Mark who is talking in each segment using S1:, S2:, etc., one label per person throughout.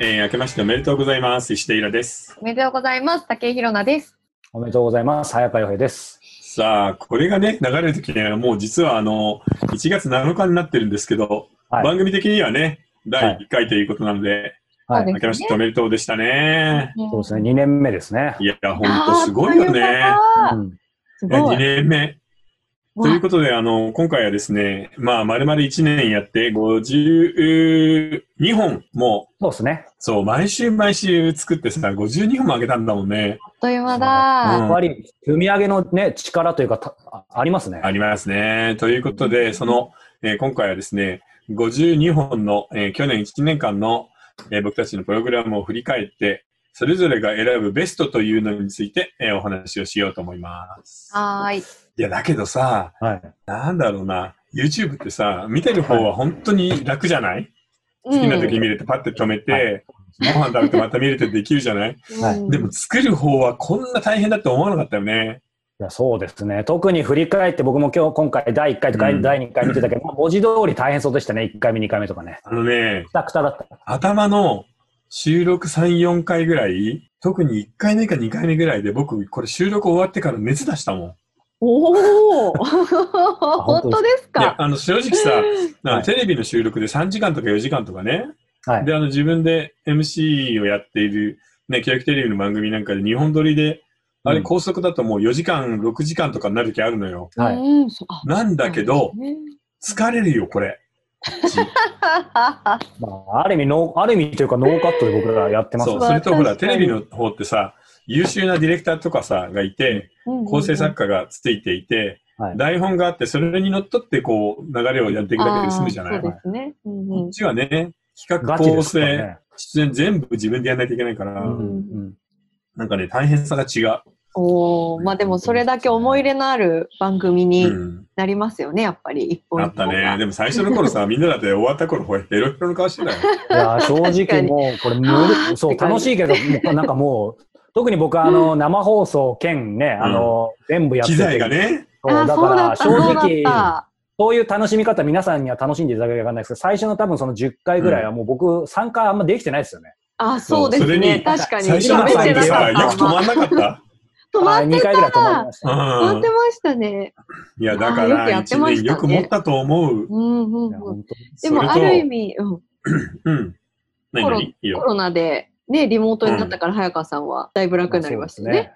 S1: えー、明けましておめでとうございます。石手イラです。
S2: おめでとうございます。竹井宏奈です。
S3: おめでとうございます。早川洋平です。
S1: さあ、これがね、流れてきて、もう実はあの、1月7日になってるんですけど、
S3: はい
S1: 番組的にはね、第1回ということなので、
S3: はい
S2: そう
S1: 明け
S2: で
S1: ま
S2: す
S1: し
S2: ね
S1: ておめでとうでしたね。
S2: うん
S3: そうですね、2年目ですね。
S1: いや、ほんとすごいよね。
S2: あ
S3: うん
S2: ー
S1: いや2
S2: す
S1: 年目。
S2: ご
S1: と
S2: い。
S1: いうことで、あの、今回はですね、まあ、丸々1年やって、52本も、
S3: そうですね。
S1: そう、毎週毎週作ってさ、52本もあげたんだもんね。
S2: あっという間
S1: う
S2: だ。
S1: ん
S3: やっぱり、積み上げのね、力というか、たあありますね。
S1: ありますね。ということで、その、えー今回はですね、52本の、えー去年1年間の、えー僕たちのプログラムを振り返って、それぞれが選ぶベストというのについて、えーお話をしようと思います。
S2: はーい。
S1: いや、だけどさ、
S3: はい。
S1: なんだろうな、YouTube ってさ、見てる方は本当に楽じゃない、好きな時に見れてパッて止めて、ご飯食べてまた見れてできるじゃない
S3: はい
S2: うん
S1: でも作る方はこんな大変だって思わなかったよね。
S3: いやそうですね。特に振り返って、僕も今日、今回、第1回とか、
S1: うん
S3: 第2回見てたけど、まあ文字通り大変そうでしたね。1回目、2回目とかね。
S1: あのね、
S3: くたくただった。
S1: 頭の収録3、4回ぐらい、特に1回目か2回目ぐらいで僕、これ収録終わってから熱出したもん。
S2: おお。本
S3: 本
S2: 当
S3: 当
S2: です
S1: いや
S2: か。、
S1: あの、正直さ、あ
S3: は
S1: の
S3: い
S1: テレビの収録で3時間とか4時間とかね、
S3: はい。
S1: で、あの、自分で MC をやっている、ね、教育テレビの番組なんかで日本撮りで、あれ
S3: うん
S1: 高速だともう4時間、6時間とかになる時あるのよ。
S3: はい
S2: うん、そうあ
S1: なんだけど、
S2: ね
S1: 疲れるよ、これ。
S3: まあ、ある意味ノー、ある意味というか、ノーカットで僕らやってます
S1: そ
S3: ね
S1: う、それとほら、
S2: 確か
S1: テレ
S2: に
S1: ビの方ってさ、優秀なディレクターとかさ、がいて、構成作家がついていて、
S3: はい
S1: 台本があって、それにのっとってこう、流れをやっていくだけで済むじゃない
S2: あーそうですね。うんう
S1: こ
S2: ん
S1: っちはね、企画
S3: ガチで
S1: 構
S3: すか
S1: 成、
S3: らね。
S1: 出演全部自分でやらないといけないから、
S3: うんうん
S1: なんかね、大変さが違
S2: おお、まあでもそれだけ思い入れのある番組
S1: う。う
S2: に
S1: ん。
S2: なりますよね、やっぱり一本
S1: あ
S2: 一
S1: った
S2: 本
S1: ね。
S2: が。
S1: でも最初の頃さ、みんなだって終わった頃、ほら、ヘロヘロの顔してたよ。
S3: いや、正
S2: 確か
S3: 直
S2: に
S3: もう、これ無理、そ
S2: って
S3: う、
S2: 感じ
S3: 楽しいけど、もうなんかもう、特に僕はあの、生放送兼ね、あの、全部やって
S1: 機
S3: て。
S1: 材がね。
S3: そう。
S2: あ
S3: だ
S2: そ
S3: か
S2: うだっ
S3: ら、
S2: た
S3: 正
S2: そうだっ
S3: 直、
S2: た
S3: そういう楽しみ方、皆さんには楽しんでいただけるかわかんないですけど、最初の多分その10回ぐらいはもう僕、参加あんまできてないですよね。
S2: あ、そうで
S1: そ
S2: す
S1: れ
S2: ね
S1: に。
S2: 確かに。
S1: 最初の
S3: 喋っ
S1: 頃
S3: て
S1: で
S3: なか
S1: さ、
S3: っ
S1: よ
S3: た
S1: く止まんなかった。
S2: 止まっ
S3: はい二
S2: 2
S3: 回ぐらい止まりました。
S2: 止ま
S1: う
S2: って
S1: ん。
S2: ましたね。
S1: いや、だか
S2: あーよくや
S1: ら、
S2: って
S1: 一
S2: ましたね
S1: 年よく持ったと思う。
S2: うんう
S3: い
S2: ん
S3: や
S2: うん。
S3: 本当
S2: でもあ
S1: それと
S2: る意味、うん、コ
S1: うん。何
S2: ロ
S1: 々
S2: コ
S1: いいよ。
S2: ロナで、ね、リモートになったから早川さんはだいぶ楽になりましたね。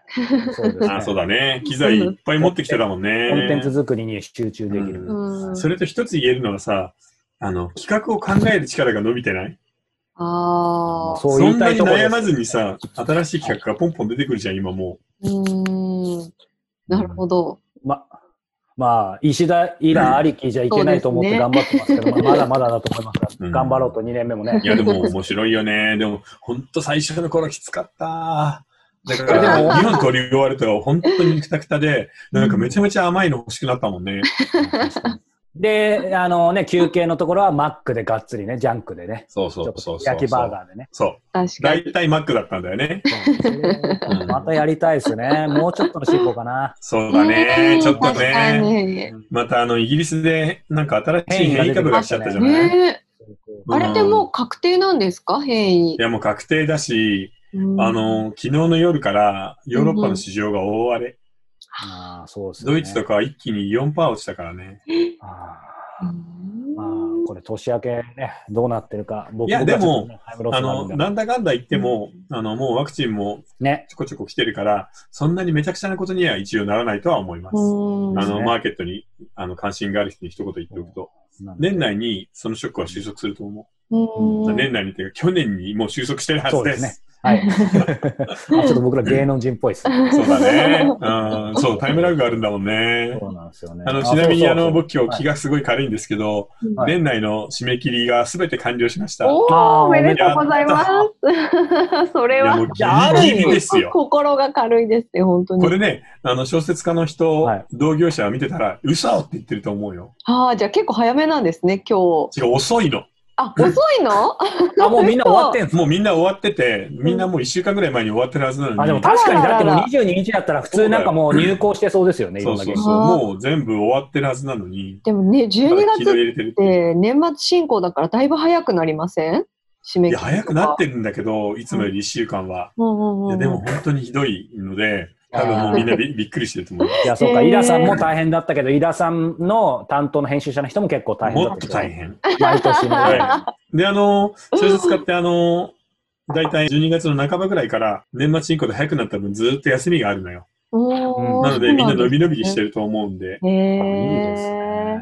S3: そうですね。
S1: あ、そうだね。機材いっぱい持ってきてたもんね。
S3: コンテンツ作りに集中できる。
S2: うん
S1: それと一つ言えるのはさ、あの、企画を考える力が伸びてない
S2: ああ、
S3: そう
S1: そ
S3: 言い
S1: ん
S3: た
S1: ないに
S3: ところで
S1: 悩
S3: す
S1: まずにさ、新しい企画がポンポン出てくるじゃん、今も
S2: うーん。なるほど。
S3: ま、まあ、石田イラありきじゃいけないと思って
S2: そう
S3: 頑張ってますけど、まあまだまだだと思います か
S1: うん
S3: ら、頑張ろうと2年目もね
S1: う。。いや、でも面白いよね。でも、ほんと最初の頃きつかった。だか
S3: でも
S1: ら、日本撮り終わると、ほんとにくたくたで、なんかめちゃめちゃ甘いの欲しくなったもんね。
S3: で、あのね、休憩のところはマックでがっつりね、ジャンクでね、
S1: そう
S3: ち
S1: そ
S3: ょ
S1: う
S3: っ
S1: そう
S3: と
S1: そう。
S3: 焼きバーガーでね。
S1: そう。
S2: 確か
S1: 大
S2: に。
S1: 体マックだったんだよね。うん
S3: またやりたいですね。もうちょっとの進歩かな。
S1: そうだね
S2: う。ん
S1: ちょっと
S2: 確か
S1: ね。
S2: に
S1: またあの、イギリスで、なんか新しい変異株が来ちゃったじゃない、
S2: ねえ
S1: うん
S2: あれってもう確定なんですか変異
S1: い。や、もう確定だし、
S2: うん
S1: あ、の、昨日の夜からヨーロッパの市場が大荒れ。
S3: ああ、そうですね。
S1: ドイツとかは一気に4%落ちたからね。
S3: あ
S2: う
S3: あ
S2: ん
S3: まあ、これ年明けね、どうなってるか。僕
S1: いや
S3: 僕はちょっとねタイムロス
S1: あ
S3: になる
S1: の、
S3: んで
S1: なんだかんだ言っても、あの、もうワクチンも
S3: ね。
S1: ちょこちょこ来てるから、そんなにめちゃくちゃなことには一応ならないとは思います。
S2: うん
S1: あ
S3: です
S1: の、
S3: ね
S1: マーケットに、あの、関心がある人に一言言っておくと、年内にそのショックは収束すると思う。
S2: うん
S1: 年内にっていうか、去年にもう収束してるはずです。そ
S3: そう
S1: う
S3: ですはい。 あちょっと僕ら芸能人っぽいですね。
S1: だね。うん、 そう、タイムラグがあるんだもんね。
S3: そうなんですよね。
S1: あの、ちなみに、あの、僕今
S3: は
S1: 日
S3: い
S1: 気がすごい軽いんですけど、
S3: はい
S1: 年内の締め切りが全て完了しました。
S2: おー
S3: あー
S2: おめでとうございます。 そ
S1: い
S2: れ
S1: や
S2: は
S1: もう
S3: いやある
S1: ギ
S3: 意
S1: リ
S3: 味
S1: ギリですよ。
S2: 心が軽いですね、本当
S1: こ
S2: に。
S1: れね、あの小説家の人、
S3: はい
S1: 同業者を見てたら、嘘って言ってると思うよ。
S2: ああ、じゃあ結構早めなんですね、今日。
S1: 違う、遅いの。
S2: あ、遅いの
S3: あ、もうみんな終わってんす
S1: もうみんな終わってて、みんなもう1週間ぐらい前に終わってるはずなのに。
S3: あ、でも
S2: た
S3: 確かに、だってもう
S2: あらら
S3: 22日だったら普通なんかもう入校してそうですよね、い
S1: そ
S3: ろ
S1: うん
S3: な
S1: そ
S3: ゲ
S1: う
S3: ーム
S1: そう。
S2: あー
S1: もう全部終わってるはずなのに。
S2: でもね、12
S1: まだ気の
S2: 月っ
S1: 入れてるっていう
S2: て年末進行だからだいぶ早くなりません締め
S1: い
S2: 切り
S1: や、
S2: とか。
S1: 早くなってるんだけど、いつもより1週間は。
S2: うんうんうん
S1: いや、
S2: うん
S1: でも本当にひどいので、多分もうみんな びびっくりしてると思う。
S3: いや、そうか、
S2: えー
S3: イラさんも大変だったけど、イラさんの担当の編集者の人も結構大変だ
S1: も
S3: っ
S1: ったと
S3: けど。
S1: 大変。
S3: 毎年のように。
S1: はい。で、あの、それ使って、あの、だいたい12月の半ばぐらいから年末進行で早くなった分ずーっと休みがあるのよ。
S2: おー
S1: なのでみんな伸び伸びして
S2: る。
S1: ると思うんで。
S2: へ
S3: いいです
S2: え。
S3: ね。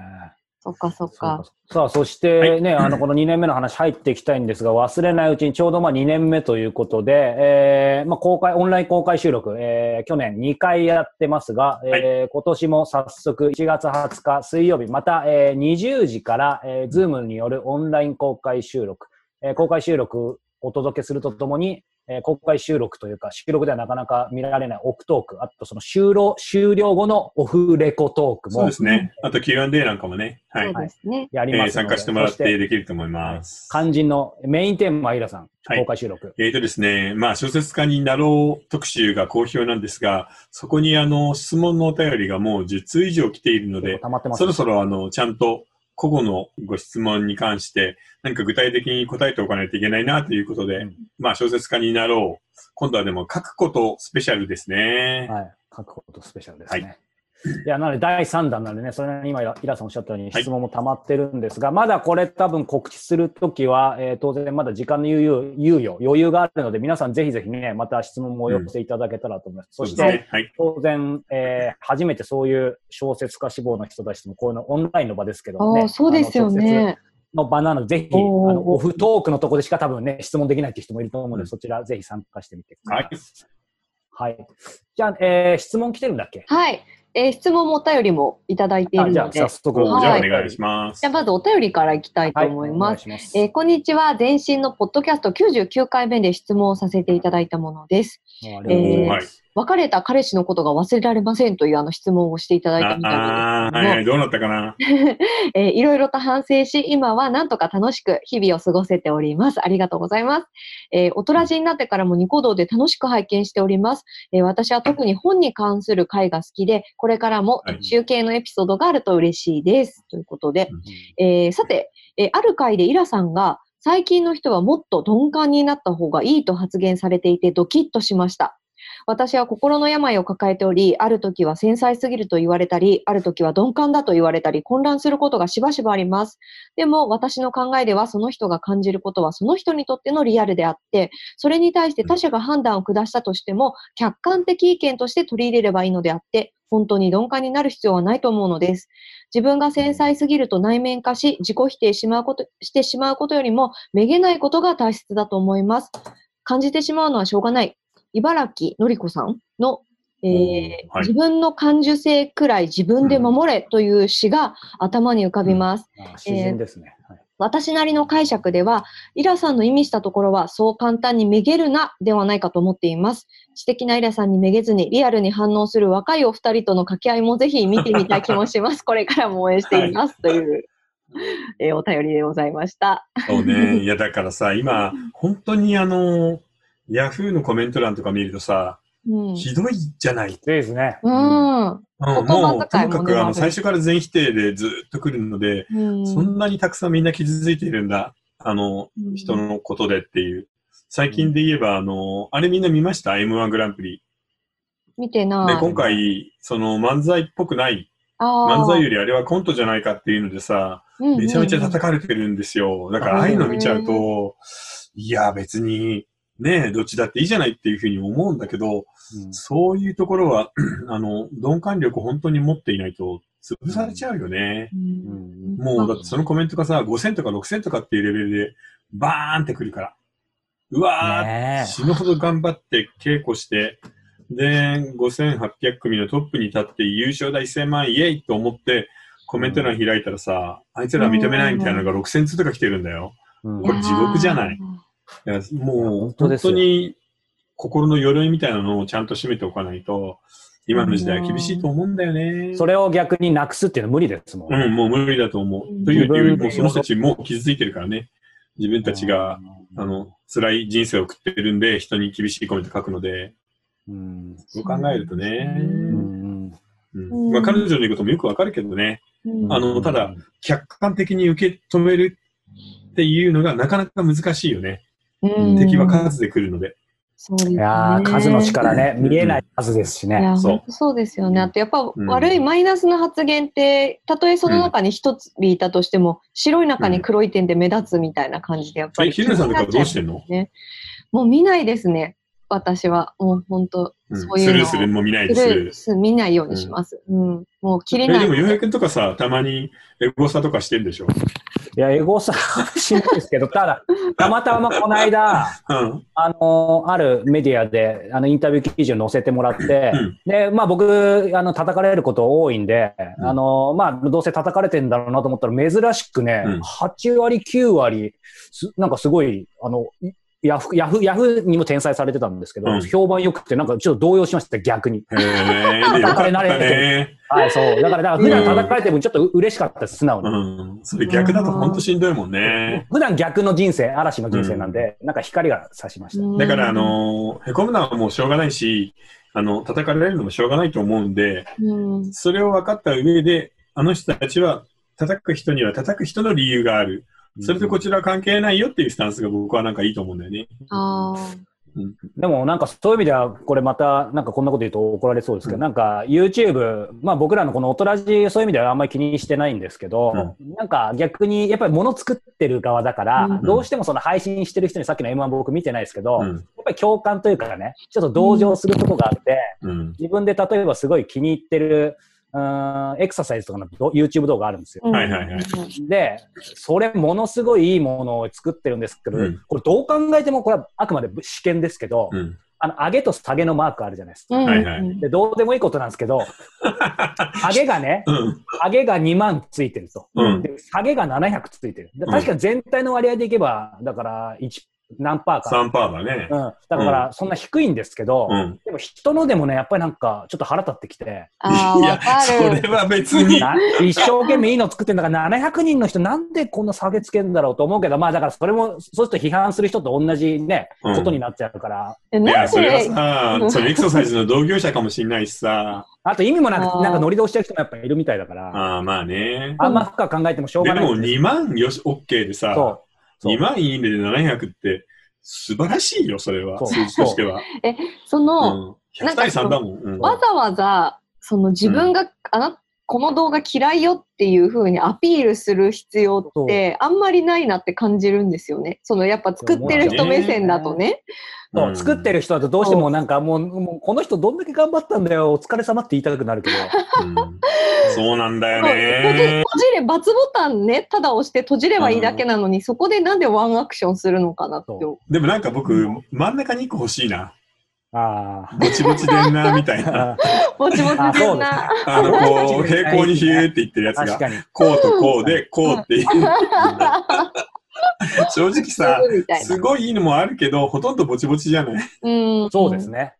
S2: そっかそっ
S3: そうか
S2: か。
S3: そうかさあ、そしてね、あの、この2年目の話入っていきたいんですが、忘れないうちにちょうどまあ2年目ということで、えー、まあ公開、オンライン公開収録、えー、去年2回やってますが、えー今年も早速1月20日水曜日、また、えー、20時から、えー、ズームによるオンライン公開収録、えー、公開収録お届けするとともに、えー公開収録というか、収録ではなかなか見られないオフトーク、あとその終了、終了後のオフレコトーク
S1: そう
S3: も
S1: ですね。あと Q&A なんかもね、はい。
S2: そうですね。
S3: やり
S1: え
S3: ま
S1: ー
S3: すので、
S1: 参加してもらっ
S3: そして
S1: てできると思います。
S3: 肝心のメインテーマは、イラさん、
S1: はい
S3: 公開収録。
S1: えーとですね、まあ小説家になろう特集が好評なんですが、そこにあの質問のお便りがもう10通以上来ているので、
S3: 溜まってます
S1: そろそろあの、ちゃんと個々のご質問に関して、何か具体的に答えておかないといけないなということで、
S3: うん
S1: まあ小説家になろう。今度はでも書くことスペシャルですね。
S3: はい。書くことスペシャルですね。い、や、なので第3弾なんでね、それなりに今、イライラさんおっしゃったように
S1: はい
S3: 質問も溜まってるんですが、まだこれ多分告知するときは、えー当然まだ時間の猶予、猶予、余裕があるので、皆さんぜひぜひね、また質問もお寄せいただけたらと思います。
S1: そう
S3: そ
S1: で
S3: し
S1: す
S3: て、
S1: ね。はい。
S3: 当然、えー初めてそういう小説家志望の人たちとも、こういうのオンラインの場ですけどもね。
S2: ああ、そうですよ
S3: あの直接
S2: ね。
S3: の場なので、ぜひ、あ
S2: おー
S3: の、オフトークのとこでしか多分ね、質問できないっていう人もいると思うので、
S1: うん
S3: そちらぜひ参加してみてくだ
S1: は
S3: さい。
S1: い。
S3: はい。じゃあ、えー質問来てるんだっけ
S2: はい。えー質問もお便りもいただいてい
S3: あ
S2: る
S3: じゃ
S2: の
S3: あ、
S2: で。じゃ
S3: 早
S2: あ、
S3: 速。
S1: おじゃあお願いし
S3: ま
S1: ます。
S2: まずお便りからいきたいと
S3: はい、
S2: 思います。
S3: お願いします。
S2: えーこんにちは。前身のポッドキャスト99回目で質問をさせていただいたものです。
S3: もうあ
S1: お
S3: りがとうござい
S1: ー
S3: ま
S1: は
S3: す
S1: い。
S2: 別れた彼氏のことが忘れられませんというあの質問をしていただいたみたいな
S1: ああ
S2: ん
S1: ー、
S2: です
S1: は
S2: け
S1: い
S2: ど
S1: は
S2: も
S1: い。どうなったかな
S2: えーいろいろと反省し、今はなんとか楽しく日々を過ごせております。ありがとうございます。えー、大人人になってからもニコ動で楽しく拝見しております。えー私は特に本に関する回が好きで、これからも
S1: はい
S2: 集計のエピソードがあると嬉しいです。ということで、
S1: うん
S2: えーさて、えーある回でイラさんが、最近の人はもっと鈍感になった方がいいと発言されていてドキッとしました。私は心の病を抱えており、ある時は繊細すぎると言われたり、ある時は鈍感だと言われたり、混乱することがしばしばあります。でも私の考えではその人が感じることはその人にとってのリアルであって、それに対して他者が判断を下したとしても、客観的意見として取り入れればいいのであって、本当に鈍感になる必要はないと思うのです。自分が繊細すぎると内面化し、自己否定しまうことしてしまうことよりも、めげないことが大切だと思います。感じてしまうのはしょうがない。茨城のりこさんの、えー
S1: おーはい
S2: 自分の感受性くらい自分で守れという詩が頭に浮かびます。
S3: あ詩人ですね。はい
S2: 私なりの解釈では、イラさんの意味したところは、そう簡単にめげるな、ではないかと思っています。知的なイラさんにめげずに、リアルに反応する若いお二人との掛け合いもぜひ見てみたい気もします。 これからも応援しています。という、えーお便りでございました。
S1: そうね。いや、だからさ、今、本当にあの、ヤフーのコメント欄とか見るとさ、
S2: うん。
S1: ひどいじゃない。
S3: そうですね。
S2: う
S3: うん
S2: ん。
S1: うん、
S2: 言葉
S1: もう、と
S2: 遣い
S1: に
S2: も
S1: か
S2: ね
S1: くあ
S2: ま
S1: の、
S2: ず
S1: 最初から全否定でずっと来るので、
S2: うん
S1: そんなにたくさんみんな傷ついているんだ。あの、人のことでっていう。最近で言えば、あの、あれみんな見ました ?M1 グランプリ。
S2: 見てな
S1: で、
S2: い。
S1: 今回、その漫才っぽくない、
S2: あ
S1: 漫才
S2: ー
S1: よりあれはコントじゃないかっていうのでさ、
S2: うん
S1: めちゃめちゃ
S2: うんうん
S1: 叩かれてるんですよ。だから、ああいうの見ちゃう
S2: へ
S1: と、いや、別に、ねえ、どっちだっていいじゃないっていうふうに思うんだけど、そういうところは、 あの、鈍感力本当に持っていないと、潰されちゃうよね。
S3: う
S2: うん
S3: ん
S1: もう、だってそのコメントがさ、5000とか6000とかっていうレベルで、バーンってくるから。うわー、
S3: ね
S1: 死ぬほど頑張って稽古して、で、5800組のトップに立って優勝だ1000万イエイと思って、コメント欄開いたらさ、あいつら認めないみたいなのが6000通とか来てるんだよ。
S3: えうん
S1: これ地獄じゃない。いやもう、
S3: 本当で
S1: 本
S3: すよ
S1: 当に心の鎧みたいなのをちゃんと締めておかないと、今の時代は厳しいと思うんだよね。
S3: それを逆になくすっていうのは無理ですもん。
S1: うん、もう無理だと思
S2: うん
S1: う。というよ
S3: 自
S1: り
S3: 分で
S1: も、その人たちもう傷ついてるからね。自分たちが、あの、辛い人生を送ってるんで、人に厳しいコメント書くので、
S3: うん、
S1: そう考えるとね。
S3: う
S2: うん
S3: ん。
S1: うんまあ、彼女の言うこともよくわかるけどね、
S2: うん
S1: あのただ客観的に受け止めるっていうのがなかなか難しいよね。
S2: うん
S1: 敵は数で来るので。
S2: そうですね。
S3: いやー、数の力ね、
S1: うん
S3: 見えない数ですし
S2: い
S3: ね。
S2: や
S1: そう
S2: 本当そうですよね。あとやっぱ
S1: うん
S2: 悪いマイナスの発言って、たとえその中に一ついたとしても、白い中に黒い点で目立つみたいな感じで、やっぱ
S1: え、
S2: り。
S1: ヒデさんとかどうしてんの
S2: もう見ないですね、私は。もう本当、
S1: うん
S2: そうい
S1: ス
S2: う
S1: ルー
S2: のを。
S1: するも見ない
S2: ス
S1: で
S2: ル
S1: す
S2: ーす見ないようにします。うん。もう切
S1: え、
S2: りない
S1: でも、。洋平君とかさ、たまにエゴサとかしてるで しょ
S3: いや、エゴサはしないですけど、ただ、たまたまこの間、
S1: うん。
S3: あのーあるメディアで、あの、インタビュー記事を載せてもらって
S1: うん、
S3: で、まあ僕、あの、叩かれること多いんで、
S1: うん
S3: あのーまあ、どうせ叩かれてんだろうなと思ったら、珍しくね
S1: うん、
S3: 8割、9割、すなんかすごい、あの、ヤフ、ヤフ、ヤフーにも転載されてたんですけど、
S1: うん
S3: 評判良くて、なんかちょっと動揺しました、逆に。
S1: へえで、よかったね。
S3: はい、そう。だから、だから普段叩かれてもちょっと嬉しかったです、素直に。
S1: うん。それ逆だとほんとしんどいもんね。
S3: 普段逆の人生、嵐の人生なんで、なんか光が差しました。
S2: うん
S1: だから、あ、のー、へこむのはもうしょうがないし、あの、叩かれるのもしょうがないと思うんで、
S2: うん。
S1: それを分かった上で、あの人たちは叩く人には叩く人の理由がある。それとこちらは関係ないよっていうスタンスが僕はなんかいいと思うんだよね。
S2: ああ。
S3: でもなんかそういう意味では、これまた、なんかこんなこと言うと怒られそうですけど、
S1: うん
S3: なんか YouTube、まあ僕らのこの音ラジ、そういう意味ではあんまり気にしてないんですけど、なんか逆にやっぱり物作ってる側だから、
S2: うん
S3: どうしてもその配信してる人にさっきの M1 僕見てないですけど、
S1: う
S3: やっ
S1: ん。
S3: ぱり共感というかね、ちょっと同情するとこがあって、
S1: うん。
S3: 自分で例えばすごい気に入ってる、うーん、エクササイズとかのど YouTube 動画あるんですよ。
S1: はいはいはい
S3: で、それものすごいいいものを作ってるんですけど、
S1: うん
S3: これどう考えてもこれはあくまで試験ですけど、
S1: うん。
S3: あの上げと下げのマークあるじゃないですか。
S2: うん。
S1: はいはい
S2: うん
S3: でどうでもいいことなんですけど、 上げがね、
S1: うん。
S3: 上げが2万ついてると。
S1: うん。
S3: で下げが700ついてる。で
S1: うん
S3: 確か全体の割合でいけば、だから1、何パーか。
S1: 3%だね
S3: う。ん、だから、そんな低いんですけど、
S1: うん。
S3: でも人のでもね、やっぱりなんか、ちょっと腹立ってきて、
S2: ああ、
S1: い
S2: わ
S1: や、そ
S2: かる。
S1: れは別に。
S3: な一生懸命いいの作ってんだから、700人の人、なんでこんな下げつけんだろうと思うけど、まあだからそれも、そうすると批判する人と同じね、
S1: うん
S3: ことになっちゃうから、
S2: え
S1: い
S2: な
S1: や、
S2: ん
S1: それ
S2: で、
S1: は
S2: う
S1: さ、
S2: ん
S1: そのエクササイズの同業者かもしれないしさ、
S3: あと意味もな
S2: あ
S3: く、
S2: ー
S3: なんか乗り通しちゃう人もやっぱいるみたいだから、
S1: ああ、まあね。
S3: あんま深く考えてもしょう
S1: で
S3: がない
S1: も
S3: んです
S1: 2万よし、OK で
S3: け
S1: さ、
S3: どそう
S1: 2万いいねで700って素晴らしいよ、それは。
S3: そう
S1: 数字としては。
S2: そうの、
S1: ん。100対3だもん。うん
S2: わざわざ、その自分が、あなこの動画嫌いよっていう風にアピールする必要ってあんまりないなって感じるんですよね。そのやっぱ作ってる人目線だとね。
S3: そう
S1: う
S3: そうん作ってる人だとどうしてもなんかもう、もうこの人どんだけ頑張ったんだよ、お疲れ様って言いたくなる けど、
S1: うんそうなんだよ
S2: そう閉じ
S1: ね。
S2: 閉じれ、バツボタンね、ただ押して閉じればいいだけなのに、そこでなんでワンアクションするのかなって思う。
S1: でもなんか僕、真ん中に1個欲しいな。
S3: あ ー
S1: ぼちぼちでんな、みたい な。
S3: あ
S2: ぼちぼち
S3: あ
S2: で
S3: そうんです
S2: な。
S1: あの、こう、平行にヒューって言ってるやつ
S3: 確
S1: が、
S3: かに。
S1: こうとこうで、こうっていう。 正直さ、
S2: みたいな
S1: す。ごいいいのもあるけど、ほとんどぼちぼちじゃない。
S2: うん。
S3: そうです。ね。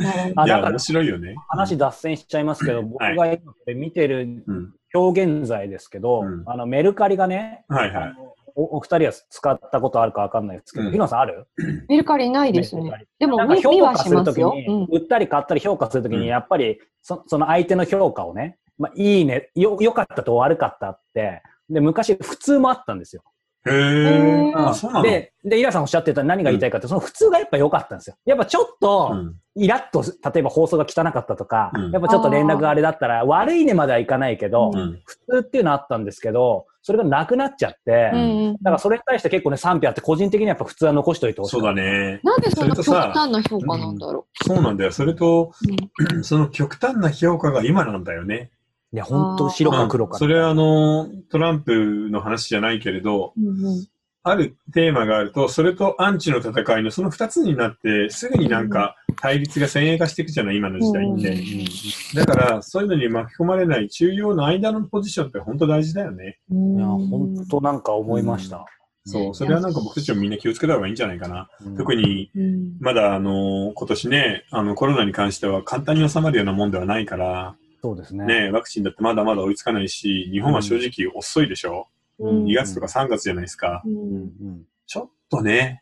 S3: あ
S1: いや、
S3: だから
S1: 面白いよね。
S3: 話脱線しちゃいますけど、僕が今これ見てる
S1: うん。
S3: 今日現在ですけど、
S1: うん
S3: あのメルカリがね、
S1: はいは
S3: あ
S1: い。
S3: のおお二人は使ったことあるかわかんないですけど、
S1: うん
S3: ヒロさんある
S2: メルカリないです
S3: メル
S2: ね
S3: カ。リ
S2: で
S3: な
S2: も
S3: ん
S2: 見
S3: か
S2: 見
S3: 評
S2: は
S3: 価
S2: し
S3: する
S2: ま
S3: と
S2: す
S3: き
S2: よ。
S3: に、
S2: うん
S3: 売ったり買ったり評価するとき
S1: うん
S3: に、やっぱりそその相手の評価をね、まあ、いいね、よ、良かったと悪かったって、で、昔普通もあったんですよ。
S1: へえ。
S2: うん
S1: あ、そうなの
S3: で、で、イラさんおっしゃってた何が言いたいかって、その普通がやっぱ良かったんですよ。やっぱちょっと、
S1: うん
S3: イラッと、例えば放送が汚かったとか、
S1: うん
S3: やっぱちょっと連絡があれだったら、悪いねまではいかないけど、
S1: うん。
S3: 普通っていうのあったんですけど、それがなくなっちゃって、
S2: う
S1: うん
S2: んうん
S3: だからそれに対して結構ね、賛否あって、個人的にはやっぱ普通は残しておいてほしい。
S1: そうだね。
S2: なんでそんな
S1: それと
S2: 極
S1: さ
S2: 端な評価なんだろ
S1: そうなんだよ。それと、
S2: う。うん
S1: その極端な評価が今なんだよね。
S3: いや、本当白か黒
S1: う
S3: か。
S1: んそれはあの、トランプの話じゃないけれど、
S2: うんうん
S1: あるテーマがあると、それとアンチの戦いのその二つになって、すぐになんか対立が先鋭化していくじゃない、今の時代
S2: う
S1: っ
S2: ん
S1: て。だから、そういうのに巻き込まれない中央の間のポジションって本当大事だよね。
S3: い
S2: い
S3: や、本当なんか思いました。
S1: そう、それはなんか僕たちもみんな気をつけた方がいいんじゃないかな。特に、
S2: うん
S1: まだあの、今年ね、あの、コロナに関しては簡単に収まるようなもんではないから、
S3: そうですね。
S1: ね、ワクチンだってまだまだ追いつかないし、日本は正直遅いでしょ、
S3: うん
S1: 2月とか3月じゃないですか。
S2: う
S3: うん
S2: ん
S3: うん
S1: ちょっとね、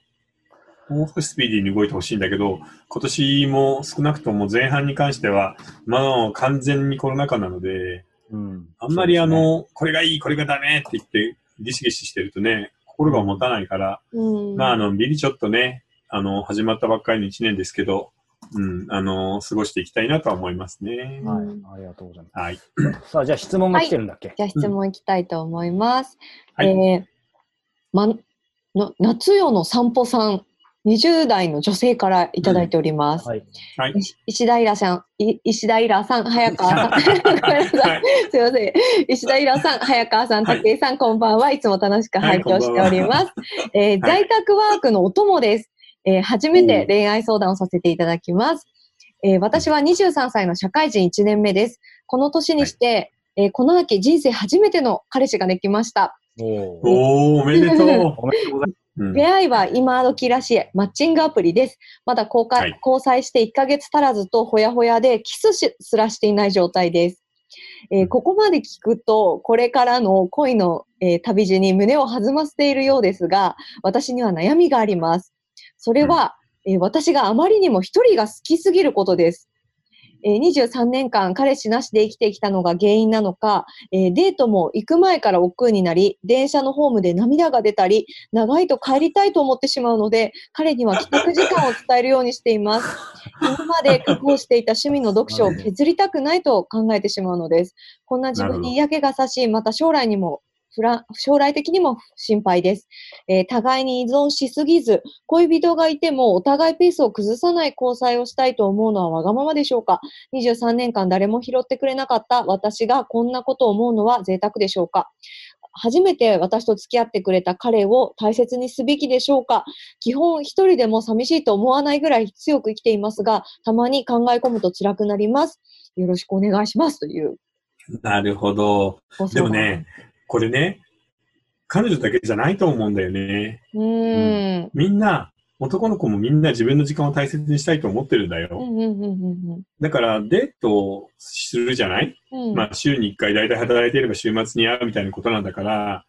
S1: もう少しスピーディーに動いてほしいんだけど、今年も少なくとも前半に関しては、まあ完全にコロナ禍なので、
S3: うん
S1: あんまりあ
S3: そう
S1: の、これがいい、これがダメって言って、ギシギシしてるとね、心が持たないから、
S2: うん。
S1: まあ、あのんびりちょっとね、あの、始まったばっかりの1年ですけど、うん、あの、過ごしていきたいなとは思いますね。
S3: はい
S2: うん。
S3: ありがとうございま
S1: はい。
S3: す。さあ、じゃあ質問が来てるんだっけ、
S2: じゃあ質問いきたいと思います。
S1: はい
S2: えーま、の夏夜の散歩さん、20代の女性からいただいております。
S3: はい。
S1: はい。
S2: 石石平さん、い石平さん、早 川さん、ごめんなさ
S1: はい
S2: い、 すいません。石平さん、早川さん、
S1: はい
S2: 武井さん、こんばんはいつも楽しく
S1: はい
S2: 拝聴しております。えー
S1: はい
S2: 在宅ワークのお供です。えー初めて恋愛相談をさせていただきます。えー私は23歳の社会人1年目です。この年にして、えーこの秋人生初めての彼氏ができました。
S3: おー
S1: おー、おめで と
S3: おめでとうございます。
S1: う。うん
S2: 出会いは今時らしいマッチングアプリです。まだ公開、
S1: はい
S2: 交際して1ヶ月足らずとほやほやでキスしすらしていない状態です。えーここまで聞くと、これからの恋の、えー旅路に胸を弾ませているようですが、私には悩みがあります。それは、えー私があまりにも一人が好きすぎることです。えー23年間彼氏なしで生きてきたのが原因なのか、えーデートも行く前から億劫になり、電車のホームで涙が出たり、長いと帰りたいと思ってしまうので、彼には帰宅時間を伝えるようにしています。今まで確保していた趣味の読書を削りたくないと考えてしまうのです。こんな自分に嫌気がさし、また将来にも不ら将来的にも心配です、えー互いに依存しすぎず、恋人がいてもお互いペースを崩さない交際をしたいと思うのはわがままでしょうか23年間誰も拾ってくれなかった私がこんなことを思うのは贅沢でしょうか初めて私と付き合ってくれた彼を大切にすべきでしょうか基本一人でも寂しいと思わないぐらい強く生きていますが、たまに考え込むと辛くなります。よろしくお願いしますという
S1: なるほど。
S2: ご
S1: で
S2: 相
S1: も
S2: 談。
S1: ね、これね、彼女だけじゃないと思うんだよね。
S2: うーん。
S1: みんな、男の子もみんな自分の時間を大切にしたいと思ってるんだ
S2: う
S1: よ。
S2: んうんうんうん
S1: だから、デートをするじゃない
S2: うん。うん
S1: まあ、週に1回大体働いていれば週末に会うみたいなことなんだから、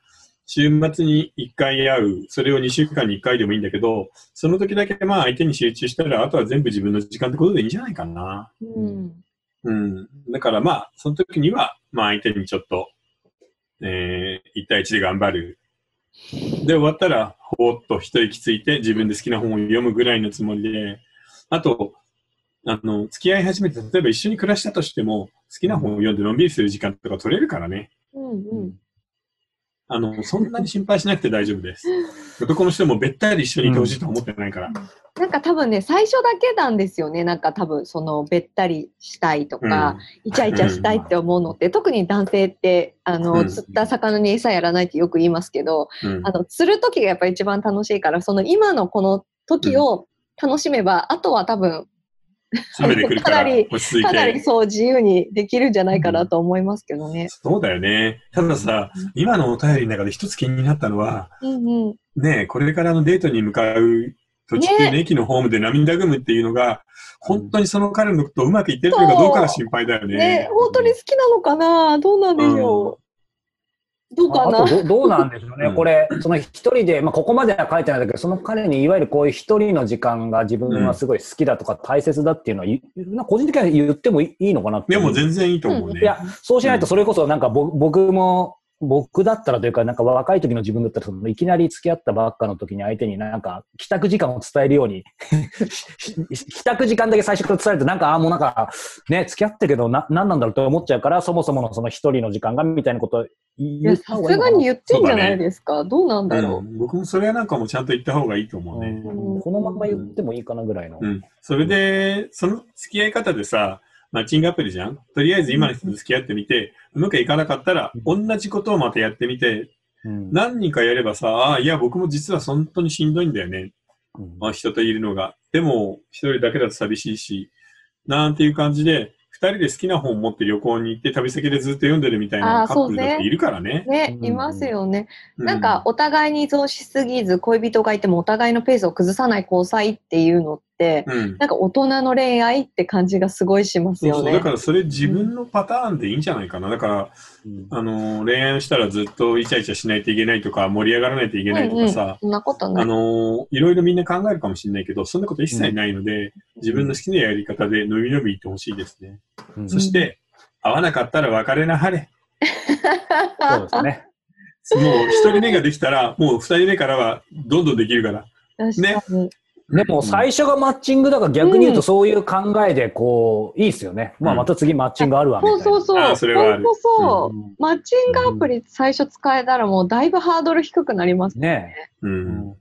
S1: 週末に1回会う、それを2週間に1回でもいいんだけど、その時だけまあ相手に集中したら、あとは全部自分の時間ってことでいいんじゃないかな。
S2: うん
S1: うん。だからまあ、その時には、まあ相手にちょっと、えー、1対1で頑張る。で、終わったら、ほーっと一息ついて、自分で好きな本を読むぐらいのつもりで、あと、あの、付き合い始めて、例えば一緒に暮らしたとしても、好きな本を読んでのんびりする時間とか取れるからね。
S2: うんうん
S1: あの、そんなに心配しなくて大丈夫です。男の人もべったり一緒にいてほしいとは思ってないから。
S2: なんか多分ね、最初だけなんですよね。なんか多分、その、べったりしたいとか、イチャイチャしたいって思うの って、特に男性って、あ
S1: う
S2: の、
S1: ん
S2: 釣った魚に餌やらないってよく言いますけど、
S1: うん。うん
S2: あの、釣る時がやっぱり一番楽しいから、その今のこの時を楽しめば、あとは多分、
S1: 冷めてくるから
S2: かなり
S1: 落ち着い
S2: かな
S1: て
S2: り。そう自由にできるんじゃないかなと思いますけどね。
S1: そうだよね。たださ、今のお便りの中で一つ気になったのは、
S2: うんうん。
S1: ねえ、これからのデートに向かう途中
S2: ね
S1: で駅のホームで涙ぐむっていうのが、本当にその彼のことうまくいってるのかどうかが心配だよね。
S2: ね、本当に好きなのかなどうなんでしょう。どうか
S3: あ
S2: な
S3: あとどどうなんでしょうね、
S1: うん
S3: これ、その一人で、まあ、ここまでは書いてないんだけど、その彼にいわゆるこういう一人の時間が自分はすごい好きだとか大切だっていうのは、いなんか個人的には言ってもいいいのかなって。
S1: でも全然いいと思うね。
S3: いや、そうしないと、それこそなんかぼ僕も、僕だったらというか、なんか若い時の自分だったら、そのいきなり付き合ったばっかの時に相手になんか、帰宅時間を伝えるように、 帰宅時間だけ最初から伝えると、なんか、ああ、もうなんか、ね、付き合ってるけど、な、なんなんだろうと思っちゃうから、そもそものその一人の時間が、みたいなことを
S2: い
S3: 言
S2: や
S3: った
S2: さ
S3: 方が
S2: す
S3: いいのか
S2: が
S3: な
S2: に言ってんじゃないですか。どうなんだ
S1: う
S2: ろ
S1: ん僕もそれはなんかもうちゃんと言った方がいいと思うね。
S2: うん
S3: このまま言ってもいいかなぐらいの。
S1: うん。それで、その付き合い方でさ、マッチングアプリじゃんとりあえず今の人と付き合ってみて、うまくいかなかったら、同じことをまたやってみて、
S3: うん
S1: 何人かやればさ、ああ、いや、僕も実は本当にしんどいんだよね。
S3: うん
S1: まあ、人といるのが。でも、一人だけだと寂しいし、なんていう感じで、二人で好きな本を持って旅行に行って、旅先でずっと読んでるみたい
S2: あ
S1: な
S2: ー
S1: カップル
S2: そうね
S1: だっているからね
S2: う。。ね、
S3: うん
S2: いますよね。
S1: う
S2: なんか、お互いに依存しすぎず、恋人がいてもお互いのペースを崩さない交際っていうのって、
S1: うん。
S2: なんか大人の恋愛って感じがすごいします
S1: そう
S2: よ
S1: そう。
S2: ね
S1: だか。ら、それ自分のパターンでいいんじゃないかな。だから、
S3: うん
S1: あのー恋愛をしたらずっとイチャイチャしないといけないとか、盛り上がらないといけないとか
S2: うんうん
S1: さ、
S2: そんなこと
S1: あ
S2: ない。
S1: のーいろいろみんな考えるかもしれないけど、そんなこと一切ないので、自分の好きなやり方で伸び伸びいってほしいですね。
S3: うん
S1: そして、合わなかったら別れなはれ。
S3: そうですね。
S1: もう一人目ができたら、もう二人目からはどんどんできるから。
S2: 確 かに。
S3: でも最初がマッチングだから逆に言うとそういう考えでこう、いいっすよね。まあまた次マッチングあるわみたい
S2: そ
S3: な。
S2: うそうそう。
S1: あそれはある
S2: 本当そう、
S1: う
S2: マッチングアプリ最初使えたらもうだいぶハードル低くなります。
S3: ね
S1: ん。
S3: え。
S1: うん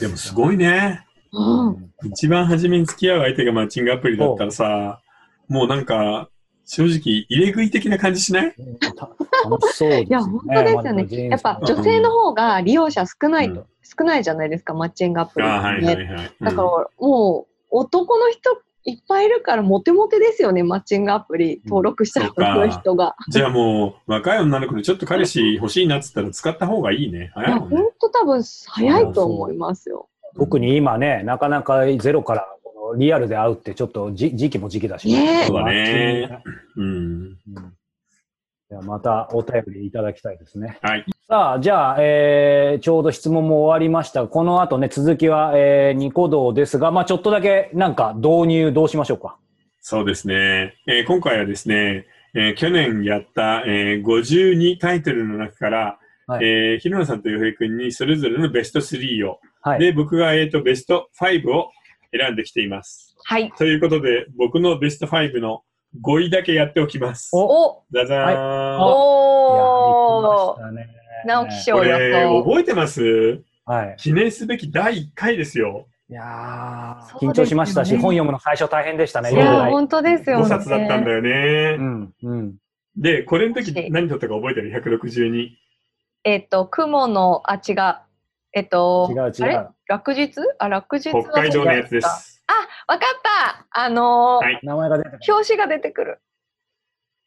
S1: でもすごいね。
S2: うん。
S1: 一番初めに付き合う相手がマッチングアプリだったらさ、もうなんか、正直、入れ食い的な感じしない
S3: た楽しそうですね。
S2: いや、本当ですよね。やっぱ
S1: ちょっ
S2: 女性の方が利用者少ないと、
S1: うん
S2: 少ないじゃないですか、マッチングアプ
S1: あ
S2: リ
S1: あ、はいは
S2: ね。
S1: いはい。
S2: だからもう男の人いっぱいいるからモテモテですよね、マッチングアプリ登録した男の人が。
S1: じゃあもう、若い女の子でちょっと彼氏欲しいなっつったら使った方がいいね。
S2: い
S1: 早い
S2: や、
S1: も
S2: ほ
S1: んね。
S2: んと多分早いと思いますよ。
S3: 特に今ね、なかなかゼロからこのリアルで会うってちょっとじ時期も時期だし、
S2: ねえ
S1: そうだね
S3: マッチン
S1: うん。
S3: グ。うんじゃあまたお便りいただきたいですね。
S1: はい。
S3: さあ、じゃあ、えー、ちょうど質問も終わりました。この後ね、続きは、えー、ニコ動ですが、まあちょっとだけなんか導入どうしましょうか。
S1: そうですね。えー今回はですね、えー去年やった、えー52タイトルの中から、
S3: はい
S1: えー、ひろなさんとよへいくんにそれぞれのベスト3を、
S3: はい。
S1: で、僕が、えー、とベスト5を選んできています。
S2: はい。
S1: ということで、僕のベスト5の5位だけやっておきます。
S3: お
S2: お
S1: ザザーン、
S2: おー
S3: いや行きましたね
S2: 直木賞
S1: こ
S2: 予
S1: れ、
S2: 想。
S1: 覚えてます
S3: はい。
S1: 記念すべき第1回ですよ。
S3: いや
S2: そ
S3: ー
S2: うですよね
S3: 緊張しましたし、本読むの最初大変でした
S2: い
S3: ね。
S1: そう
S3: 読んでな
S2: や、
S3: い
S2: 本当ですよね。
S1: 5冊だったんだよね。
S3: うん、うん。
S1: で、これの時
S2: 確かに
S1: 何取ったか覚えてる ?162。
S2: えっ、と、雲の、あ、違う。えっ、と、
S3: 違う違う
S2: あれ落日あ、落日は
S1: 北海道のやつです。
S2: わかったあのー
S1: はい
S3: 名前が出てくる。
S2: 表紙が出てくる。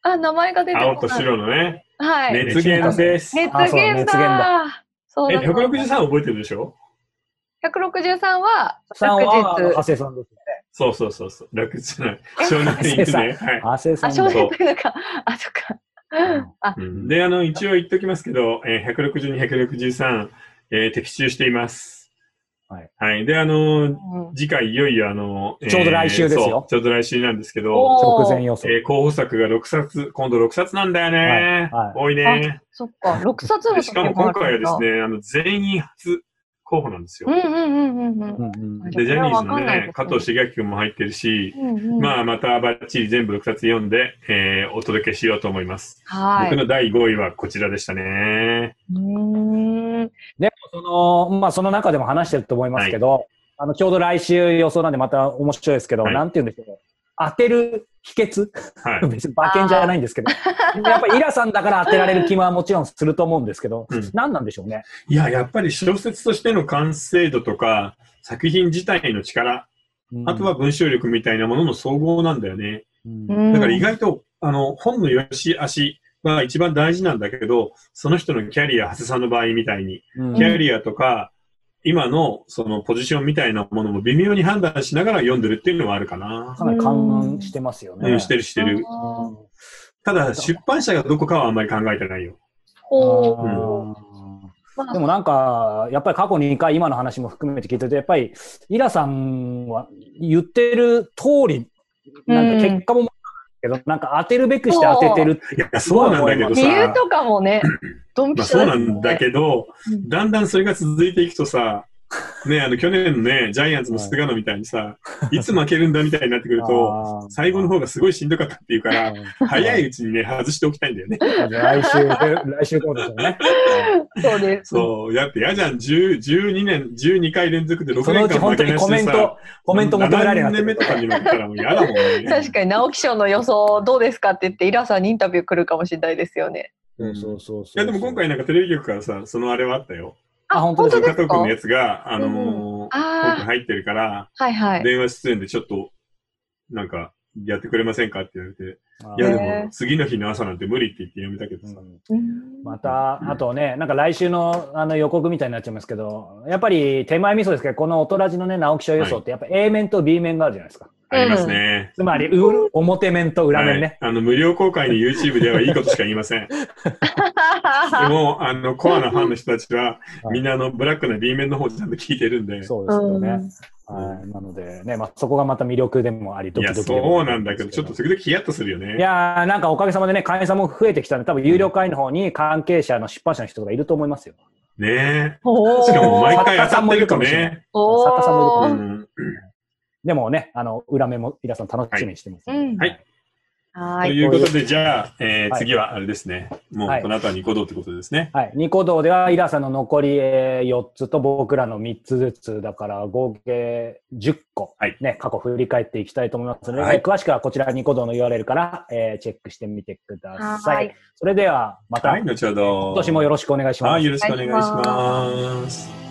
S2: あ、名前が出て
S1: 青と
S2: こない。
S1: 白のね。
S2: はい。
S1: 熱源です。え、
S2: 熱源だ。そうだ。そうだ
S1: 163覚えてるでしょ
S2: 163は、
S3: さんは、
S2: 落
S3: 長
S2: 日。
S3: 谷さんですね。
S1: そうそうそうそう。楽じゃない。少年院行くね。はい。
S3: 長谷さ
S2: あ、
S3: ん
S2: 少
S3: だ。
S2: 年というか、あ、そっか。あ
S1: う、んで、あの、一応言っときますけど、えー、162、163、えー、的中しています。
S3: はい。
S1: はい。で、あのー
S2: うん
S1: 次回いよいよあのー、えー
S3: ちょうど来週ですよ
S1: そうちょうど来週なんですけ
S2: お
S1: ど、
S2: ー
S3: 直前予想。
S1: えー、候補作が6冊、今度6冊なんだよね。
S3: はいはい
S1: 多いね。
S2: そっか。6冊の
S1: でしかも今回はです
S2: ね。
S1: ね、あの、全員初候補なんですよ
S2: うん。うんうんうんう。
S3: うんんうん
S2: はい
S1: で、ジャニーズの
S2: これは分かんないです
S1: ね
S2: ね、
S1: 加藤茂明君も入ってるし、
S2: うんうん、
S1: まあ、またばっちり全部6冊読んで、えーお届けしようと思います。
S2: はい。
S1: 僕の第5位はこちらでしたね。
S2: うーん。
S3: でも、その、まあ、その中でも話してると思いますけど、あの、ちょうど来週予想なんでまた面白いですけど、
S1: はい
S3: なんて言うんでしょう。当てる秘訣
S1: はい。
S3: 別に馬券じゃないんですけど、やっぱりイラさんだから当てられる気はもちろんすると思うんですけど、
S1: うん
S3: 何なんでしょうね。
S1: いや、やっぱり小説としての完成度とか、作品自体の力、
S3: うん
S1: あとは、文章力みたいなものの総合なんだよね。
S3: うん
S1: だ
S2: だ
S1: から意外と、あの、本の良し悪しは一番大事なんだけど、その人のキャリア、長谷さんの場合みたいに、
S3: うん
S1: キャリアとか、今のそのポジションみたいなものも微妙に判断しながら読んでるっていうのはあるかな。
S3: かなり勘してますよね。
S1: うん、してるしてる。
S3: うん
S1: ただ、出版社がどこかはあんまり考えてないよ。
S2: ほ
S3: あ
S2: う。
S3: ー でもなんか、やっぱり過去2回、今の話も含めて聞いてて、やっぱり、イラさんは言ってる通り、なんか結果も思ったんだけど、なんか当てるべくして当ててるって
S1: いや、そうなんだけど
S2: 理由
S1: さ、
S2: とかもね、ドン
S1: ま
S2: ピ
S1: あ
S2: シ
S1: そう
S2: ャで
S1: な
S2: すね
S1: んだけど、
S2: うん
S1: だんだんそれが続いていくとさ、ね、あの、去年のね、ジャイアンツの菅野みたいにさ、いつ負けるんだみたいになってくると、
S3: あー
S1: 最後の方がすごいしんどかったっていうから、
S3: うん
S1: 早いうちにね、外しておきたいんだよね。
S3: 来週、来週ってことですよね。
S2: そうです。
S1: そう、だって嫌じゃん、10 12年、12回連続で6
S3: その
S1: 年
S3: う
S1: 間
S3: ち
S1: 負
S3: 本当
S1: け
S3: に
S1: なし
S3: コメ
S1: て
S3: ン
S1: さ
S3: ト、、コメント求められるよう
S1: 7
S3: に
S1: 年
S3: なって
S1: 目
S3: く
S1: とかに負けたらもう嫌だもんね。
S2: 確かに直木賞の予想どうですかって言ってイラさんにインタビュー来るかもしれないですよね。
S1: に
S3: る。そうそうそう
S1: いや、でも今回なんかテレビ局からさ、そのあれはあったよ。
S3: あ本当
S1: 加
S3: です
S2: か
S1: 藤君のやつが、あのー今回
S2: あ
S1: 入ってるから、
S2: あ、はいはい。
S1: 電話出演でちょっと、なんか、やってくれませんかって言われて、いや
S2: へー
S1: でも、次の日の朝なんて無理って言ってやめたけど
S3: う
S1: さ。
S3: ん
S2: うん
S3: また、あとね、なんか来週のあの予告みたいになっちゃいますけど、やっぱり手前味噌ですけど、このおとらじのね、直木賞予想って、やっぱ A 面と B 面があるじゃないですか。
S1: あり ますね。
S3: つまり、う表面と裏面ね。
S1: はいあの、無料公開に YouTube ではいいことしか言いませ ん。でも、あの、コアなファンの人たちは、みんなあの、ブラックな B 面の方ちゃんと聞いてるんで。
S3: そうですよ
S2: う
S3: ね
S2: ん。
S3: はい。なので、ね、まあ、そこがまた魅力でもあり、
S1: い
S3: ドキ
S1: や、
S3: ドキでも
S1: そう
S3: あ
S1: な
S3: り
S1: んだけど、ちょっと時々ヒヤッとするよね。
S3: いやー、なんかおかげさまでね、会員さんも増えてきたんで、多分有料会員の方に関係者の出版社の人がいると思いますよ。
S1: ね
S2: お
S1: え。
S2: ー
S1: しかも、毎回
S3: 作
S1: 当
S3: 家さん
S1: たっ
S3: も
S1: て
S3: いる
S1: る
S3: か
S1: と
S3: もしれない
S1: ね。
S2: おー
S3: 作家さんもいるかもしれ
S1: う
S3: ない
S1: ん
S3: でもね、あの、裏面も皆さん楽しみにしてます、
S2: はいうん
S1: はい
S2: は
S1: と
S2: い。
S1: いうことで、じゃあ、えー
S3: はい
S1: 次はあれですね。もう
S3: はい、
S1: この後はニコ動ってことですね。
S3: はい。ニコ動では、イラさんの残りえー4つと僕らの3つずつ、だから合計10個、
S1: はい
S3: ね、過去振り返っていきたいと思いますので、
S1: はい
S3: 詳しくはこちらニコ動の URL から、えーチェックしてみてください。
S2: はい
S3: それでは、また、
S1: はい、
S3: 今
S1: 後ほど。
S3: 年もよろしくお願いします。
S1: はい、よろしくお願いします。